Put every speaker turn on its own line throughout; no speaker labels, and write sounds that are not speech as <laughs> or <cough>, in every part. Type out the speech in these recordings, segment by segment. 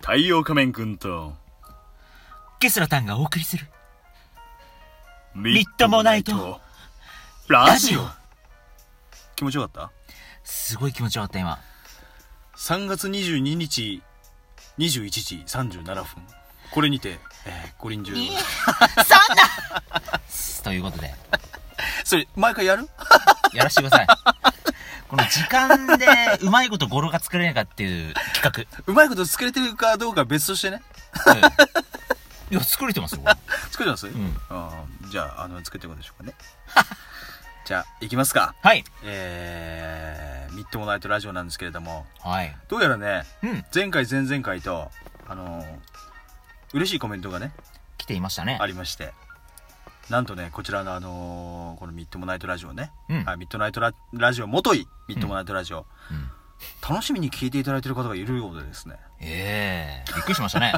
太陽仮面くんと、
ゲスラタンがお送りする。
み
っともないと、
ラジオ気持ちよかっ
すごい気持ちよかった、今。
た ?3 月22日、21時37分。これにて、えー、五輪中。
<laughs> ということで、
それ、毎回やる
やらせてください。この時間で、うまいこと語呂が作れないかっていう企
うまいこと作れてるかどうかは別としてね。
画。うんいや、作れてますよ、これ
作れてますうんん。じゃあ、あの、作っていくんでしょうかね。 <laughs> じゃあ、いきますか。
はい。
えー、みっともないとラジオなんですけれども、
はい。
どうやらね、
うん。
前回前々回と、あのー嬉しいコメントがね、
来ていましたね
<laughs> あ。りましてなんとねこちらのあのーこのミッドもナイトラジオね、
うん
はい、ミッドナイトララジオ元いミッドもナイトラジオ、
うん
楽しみに聞いていただいてる方がいるようでですね
ええびっくりしましたね。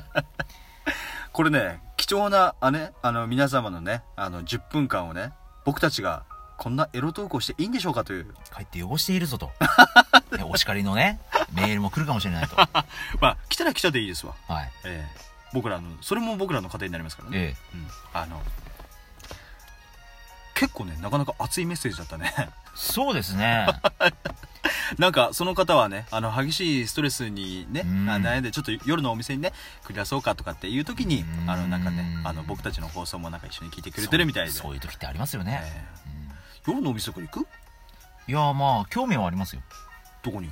これね貴重なあ、ね、あの皆様のねあの10分間をね僕たちがこんなエロトークをしていいんでしょうかという
帰って汚している
<laughs>
ぞと。ねお叱りのね、メールも来るかもしれないと。
まあ来たら来たでいいですわ、
はい。
ええ僕らのそれも僕らの糧になりますからね、
え
うん、あの結構ねなかなか熱いメッセージだったね
えそうですね。
なんかその方はねあの激しいストレスにね、
うん
あ悩んでちょっと夜のお店にね繰り出そうかとかっていう時に、
うん
あのなんかねあの僕たちの放送もなんか一緒に聞いてくれてるみたいで、
そうそういう時ってありますよね。
え
うん
ー夜のお店とか行く
いやーまあ、興味はありますよ。
ど
<laughs>
こに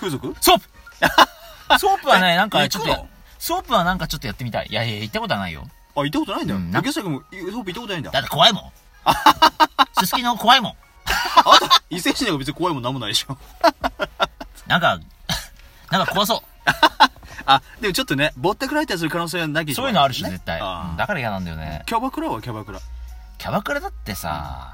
風俗
ソープ <laughs> ソープはね、なんかちょっ
行く
と
の、
ソープはなんかちょっとやってみたい。いやいや、行ったことはないよ。
あ行ったことないんだよ、
うん
ゲ
な
スト君もいソープ行ったことないんだ
だって怖いも
<laughs>
ん。すすきの怖いもん。
あんた伊勢市なんか別に怖いもんなんもないで
<laughs>
しょ
なんか、 <laughs> なんか怖そう。
あでもちょっとねぼったくられたりする可能性はなきゃいけ
そう
ないいうか
の
らね
あるし、絶対。
あー
うんだから嫌なんだよね。
キャバクラはキャバクラ
キャバクラだってさ、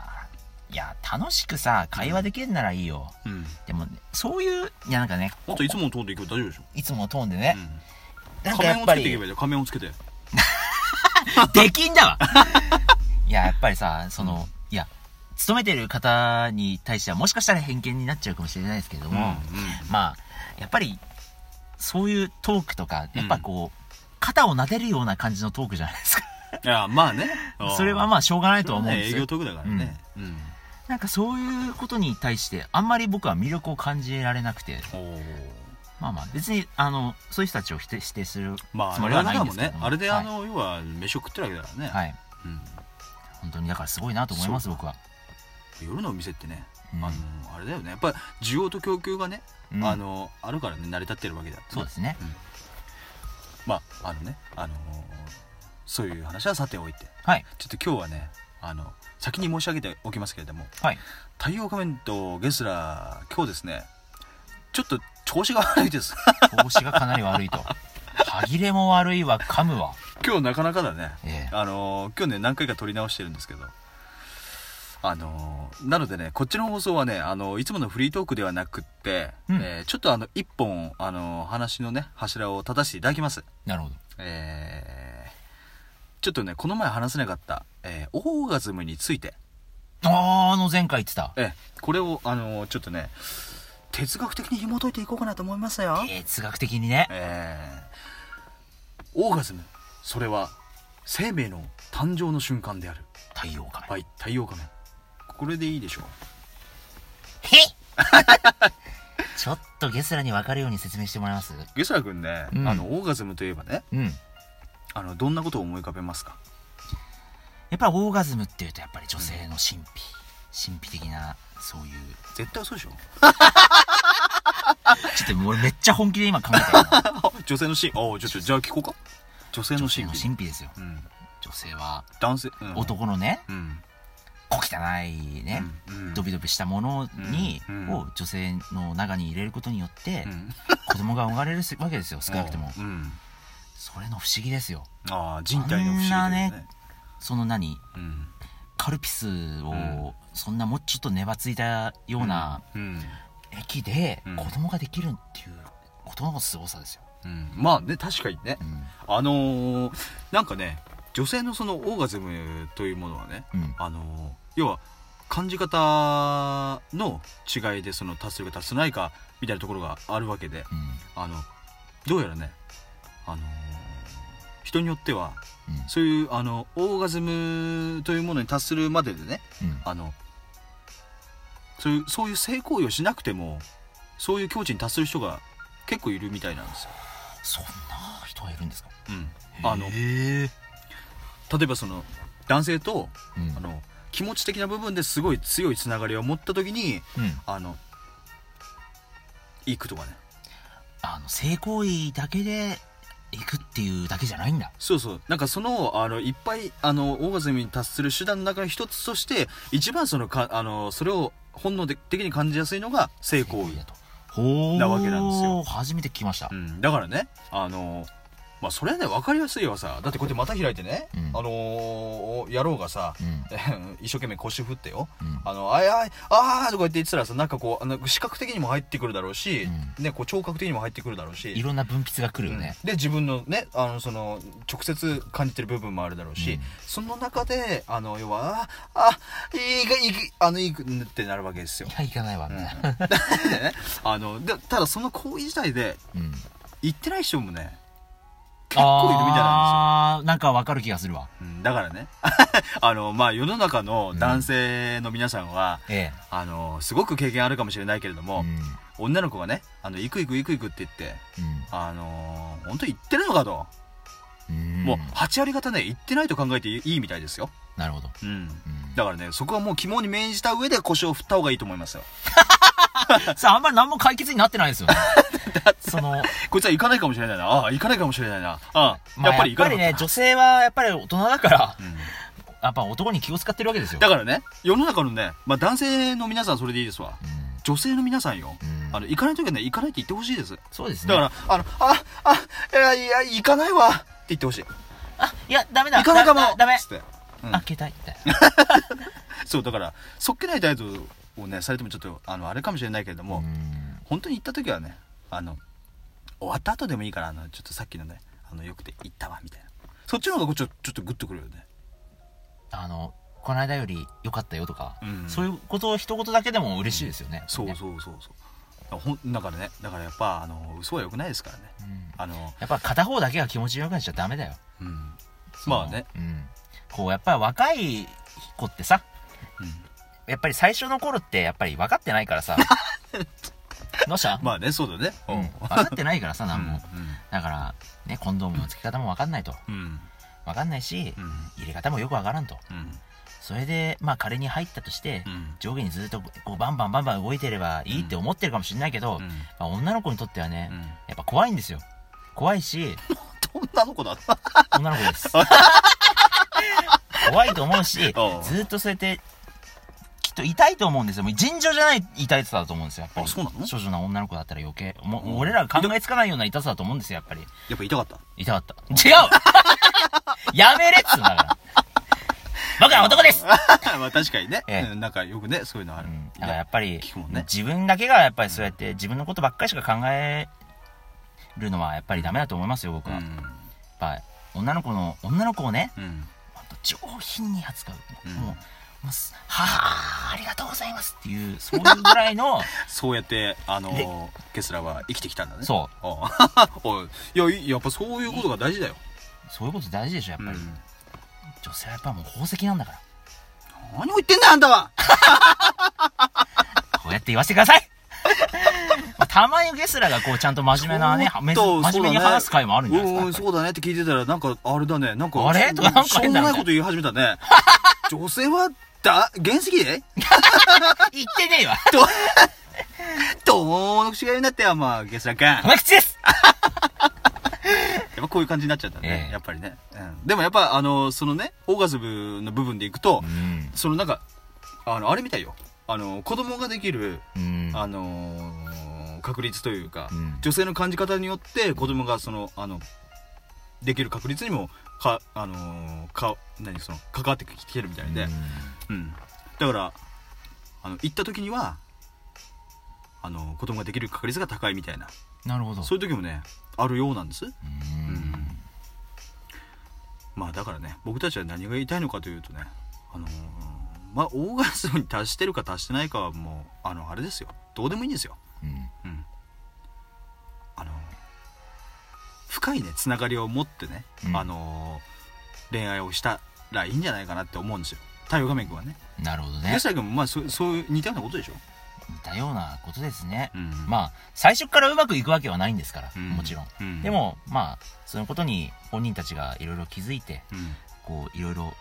いや、楽しくさ、会話できるならいいよ。
うん
でもね、そういう、いや、なんかね、
あんたいつもの通って行くよ大丈夫でしょ、
いつものトーンでね、
う、
なんんか
仮
や
面
っ
をつ
ぱ
けていけばいい
り、
じゃん仮面をつけて
でき
<laughs>
んだわいや、やっぱりさ、その、いや、勤めてる方に対しては、もしかしたら偏見になっちゃうかもしれないですけれども、まあ、やっぱり、そういうトークとか、やっぱこう、肩を撫でるような感じのトークじゃないですか。
いやまあね
<laughs> それはまあ、しょうがな
あ
いとは思うんです
営業
よ。
得だからねうん、
なんかそういうことに対して、あんまり僕は魅力を感じられなくて、
おー
まあまあ、別に、あの、そういう人たちを否定否定する
まあ
つ
あ
も
れ
り
は
は
だ
な
か
い
らも
んですけど
ね
も
あれで
はい
あの、要は飯を食ってるわけだからね、
はい。
うん
本当にだからすごいなと思います
そう
僕は、
夜のお店ってね、
うん
あのあれだよねやっぱ需要と供給がね、
うん
あのあるからね成り立ってるわけだよね
そうですね
まああのねあのーそういう話はさておいて
はい
ちょっと今日はねあの先に申し上げておきますけれども
はい
太陽仮面とゲスラー今日ですねちょっと調子が悪いです <laughs>
調子がかなり悪いと歯切れも悪いわ噛むわ
今日なかなかだね
ええ
あのー今日ね何回か撮り直してるんですけどあのーなのでねこっちの放送はね、あのーいつものフリートークではなくって、
うん
えーちょっとあの一本、あのー話のね柱を立たせていただきます
なるほど
えーちょっとねこの前話せなかった、えーオーガズムについて、
あーあの前回言ってた
えーこれを、あのーちょっとね哲学的に紐解いていこうかなと思いますよ
哲学的にね
えーオーガズムそれは生命の誕生の瞬間である
太陽仮面
はい、太陽仮面。これでいいでしょう。
へっ <laughs> ちょっとゲスラに分かるように説明してもらいます
ゲスラ君ね、
うん
あの、オーガズムといえばね、
うんや
あの、どんなことを思い浮かべますか
っぱりオーガズムっていうとやっぱり女性の神秘神秘的なそういう
絶対そうでしょ
ちょっともう俺めっちゃ本気で今考えたよな
女性のシーン、ああ、ちょっと、じゃあ聞こうか。女性の
<laughs> 女
シ
性
ー
の
ン。
神秘ですよ
うん。
女性は
男性、うん。
男のね
うん。
小汚いね、
うんうん
ドビドビしたものに、
うんうん
を女性の中に入れることによって、
うん。
子供が生まれるわけですよ少なくても
うん。
それの不思議ですよ
ああ、人体の不思議
あんな
だよね
ね。その何
うん。
カルピス
ん
をそんなもうちょっと粘ついたような
うん。
液で
うん
子供ができるっていうことの凄さですよ、
うん。まあね、確かにね
う。ん
あのー、なんかね、女性のそのオーガズムというものはね、
うん
あの要は感じ方の違いでその達するか達せないかみたいなところがあるわけで、
うん
あのどうやらねあのー人によっては
うん
そういうあのオーガズムというものに達するまででね
うん
あのそういうそういう性行為をしなくてもそういう境地に達する人が結構いるみたいなんですよ。
そんな人がいるんですか
うん、あの
へ
例
え
えばその男性と
うん
あの気持ち的な部分ですごい強いつながりを持った時に
うん
あの行くとかね
あの性行為だけで行くっていうだけじゃないんだ
そうそうなんかそのあのいっぱいあのオーガズムに達する手段の中の一つとして一番そのかあのそれを本能的に感じやすいのが性行為
だとほー
なわけなんですよ
初めて聞きました
うん、だからねあのまあそれはね分かりやすいわさだってこうやってまた開いてね、
うん
あのー、やろうがさ、 <laughs>
うん
一生懸命腰振ってよ
うん
あの、あいあい、あーとか言って言ってたらさ、なんかこう、あの視覚的にも入ってくるだろうし、ね、こう聴覚的にも入ってくるだろうし、
いろんな分泌が来るよね
で、自分のね、あの、その、直接感じてる部分もあるだろうし、
うん
その中で、あの、要は、あー、いいか、いいか、あの、いいくってなるわけですよ
<laughs> い。や行かないわみ
うん
たいな、
だってね、あの、でただその行為自体で、
うん
言ってない人もね、結構いるみたいなんですよ。
あーなんかわかる気がするわ
うん、だからね、 <laughs> あの、まあ、世の中の男性の皆さんは、
え
あの、すごく経験あるかもしれないけれど
え
も、女の子がね、あの、行く行く行く行くって言って、あのー、本当に行ってるのかと。
うん
もう、8割方ね、行ってないと考えていいみたいですよ。
なるほど、
うん。
うん
だからね、そこはもう肝に銘じた上で腰を振った方がいいと思いますよ。
さああんまり何も解決になってない
<laughs>
ですよねその
こいつは行かないかもしれないな。ああ、行かないかもしれないな。ああ、
まあ
やっぱり行かなか
ね
った
女性はやっぱり大人だから
な。うん
やっぱ男に気を使ってるわけですよ
だからね、世の中のね、まあ男性の皆さんそれでいいですわ。女性の皆さんよ。
うんうん
あの、行かないときはね、行かないって言ってほしいです。
そうですね
だから、あの、あ、あ、いや、いや、行かないわって言ってほしい。
あいやダメだ
行かないかも
だだダメ
つって。うん
あ携帯みたいな
そうだからそっけない態度をねされてもちょっとあのあれかもしれないけれども、
うん
本当に行った時はねあの終わった後でもいいからあのちょっとさっきのねあのよくて行ったわみたいなそっちの方がちょちょっとグッとくるよね
あのこの間より良かったよとか、
うん
そういうことを一言だけでも嬉しいですよね、
そう
ね
そうそうそうほんだからねだからやっぱあの嘘は良くないですからね
うん
あの、
やっぱ片方だけが気持ちよくなっちゃダメだよ
うん、
その
まあね、
うん、こうやっぱり若い子ってさ
うん、
やっぱり最初の頃ってやっぱり分かってないか
<laughs>
らさどうした、
まあねそうだねう
うん
ん
分かってないからさ
う
何も、
ん
だからねコンドームの付け方も分かんないと
うんうん
分かんないし、
うん
入れ方もよく分からんと
うん
それでまあ仮に入ったとして、
うん
上下にずっとこうバンバンバンバン動いてればいいって思ってるかもしれないけど、
うん
まあ、女の子にとってはね、
うん
やっぱ怖いんですよ怖いし
女の子だった
女の子です
<laughs>
怖いと思うし
おう
ずっとそうやってきっと痛いと思うんですよもう尋常じゃない痛さだと思うんですよやっぱり
あそうなの
少女な女の子だったら余計も
うん
う俺らが考えつかないような痛さだと思うんですよやっぱり
やっぱ痛
<laughs>
かった
痛かった違うやめれっつうんだから僕は男です、
まあ確かにね、
ええ
うんなんかよくねそういうのあ
う
る、
ん、だからやっぱり、
聞くもんね
自分だけがやっぱりそうやって自分のことばっかりしか考えるのはやっぱりダメだと思いますよ僕は、やっぱり女の子の女の子をね、
うんうん
本当上品に扱う、
うん
もうもうすはあありがとうございますっていうそういうぐら
<laughs>
いの
そうやってあのーケスラーは生きてきたんだね
そう
<laughs> おいいやいやっぱそういうことが大事だよ、
そういうこと大事でしょやっ
う
ぱり、
ん、
女性はやっぱもう宝石なんだから
何を言ってんだあんたは
こうやって言わせてください <laughs> まあたまにゲスラがこうちゃんと真面目なね
ちょっと
めず
そうだね
真面目に話す回もあるんじゃない
うん
ですかやっぱ
そ
り
うだねって聞いてたらなんかあれだねなんか
あれとかなんか
しょう
変
も
だね
ないこと言い始めた
<laughs>
ね女性はだ原石 <laughs> で
言ってね
<laughs>
えわ
どうの口が言うなってはまあゲスラーか
鼻口です
やっぱこういう感じになっちゃったね、
ええ
やっぱりね、うん、でもやっぱあのそのねオーガズムの部分でいくと、
うん
そのなんかあのあれみたいよあの子供ができる、
うん
あのー確率というか、
うん
女性の感じ方によって子供がそのあのできる確率にもかあのーか何その関わってきてるみたいで、うんだからあの行った時にはあの子供ができる確率が高いみたいな
なるほど
そういう時もねあるようなんです
うん
まあだからね僕たちは何が言いたいのかというとねあのーまあオーガズムに達してるか達してないかはもうあのあれですよどうでもいいんですよ、
うん
うん、あの深いねつながりを持ってね、
うん
あのー恋愛をしたらいいんじゃないかなって思うんですよ太陽仮面君はね
なるほどね
吉田君もまあそうそういう似たようなことでしょ、
似たようなことですね、
うん
まあ最初からうまくいくわけはないんですから、
うん
もちろん、
うん
でもまあそのことに本人たちがいろいろ気づいて
うん
こういろいろ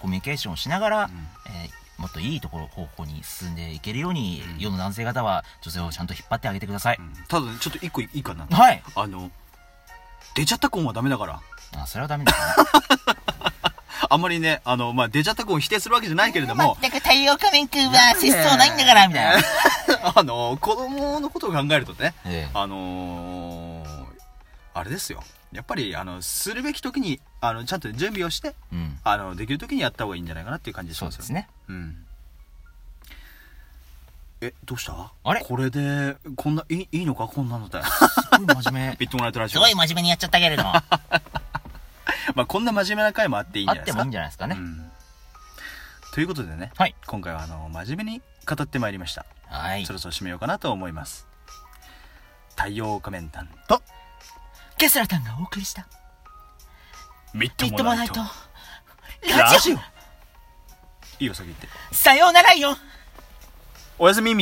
コミュニケーションをしながら、
うん
えーもっといいところ方向に進んでいけるように、
うん
世の男性方は女性をちゃんと引っ張ってあげてください、
うんただねちょっと一個いいかな
はい
あの出ちゃった婚はダメだから
あそれはダメ <laughs> だね
あんまりねあの、まあ、出ちゃった婚を否定するわけじゃないけれ
<laughs>
ども
全く太陽仮面くんは節操ないんだからみたいな、
あの子供のことを考えるとね <laughs>
ええ
あのーあれですよやっぱりあのするべき時にあのちゃんと準備をして
うん
あのできる時にやった方がいいんじゃないかなっていう感じし
そ
ま
うです
よ
すね
うんえどうした
あれ
これでこんないいいいのかこんなのって
<laughs> すごい真面
<laughs>
目
ビットモナイトラジ
す
オ
ごい真面目にやっちゃったけれどもあ
まあこんな真面目な回もあっていいんじゃない
っ
で
て
す
もい
か
いんじゃないですかね、
うんということでね
はい
今回はあの真面目に語ってまいりました
はい
そろそろ締めようかなと思います太陽仮面団
ゲスラタンがお送りした
ミッ
ビットもないとラ
ラ
ジ
ジ
オ
オいいよ先言って
さようならよ
おやすみみ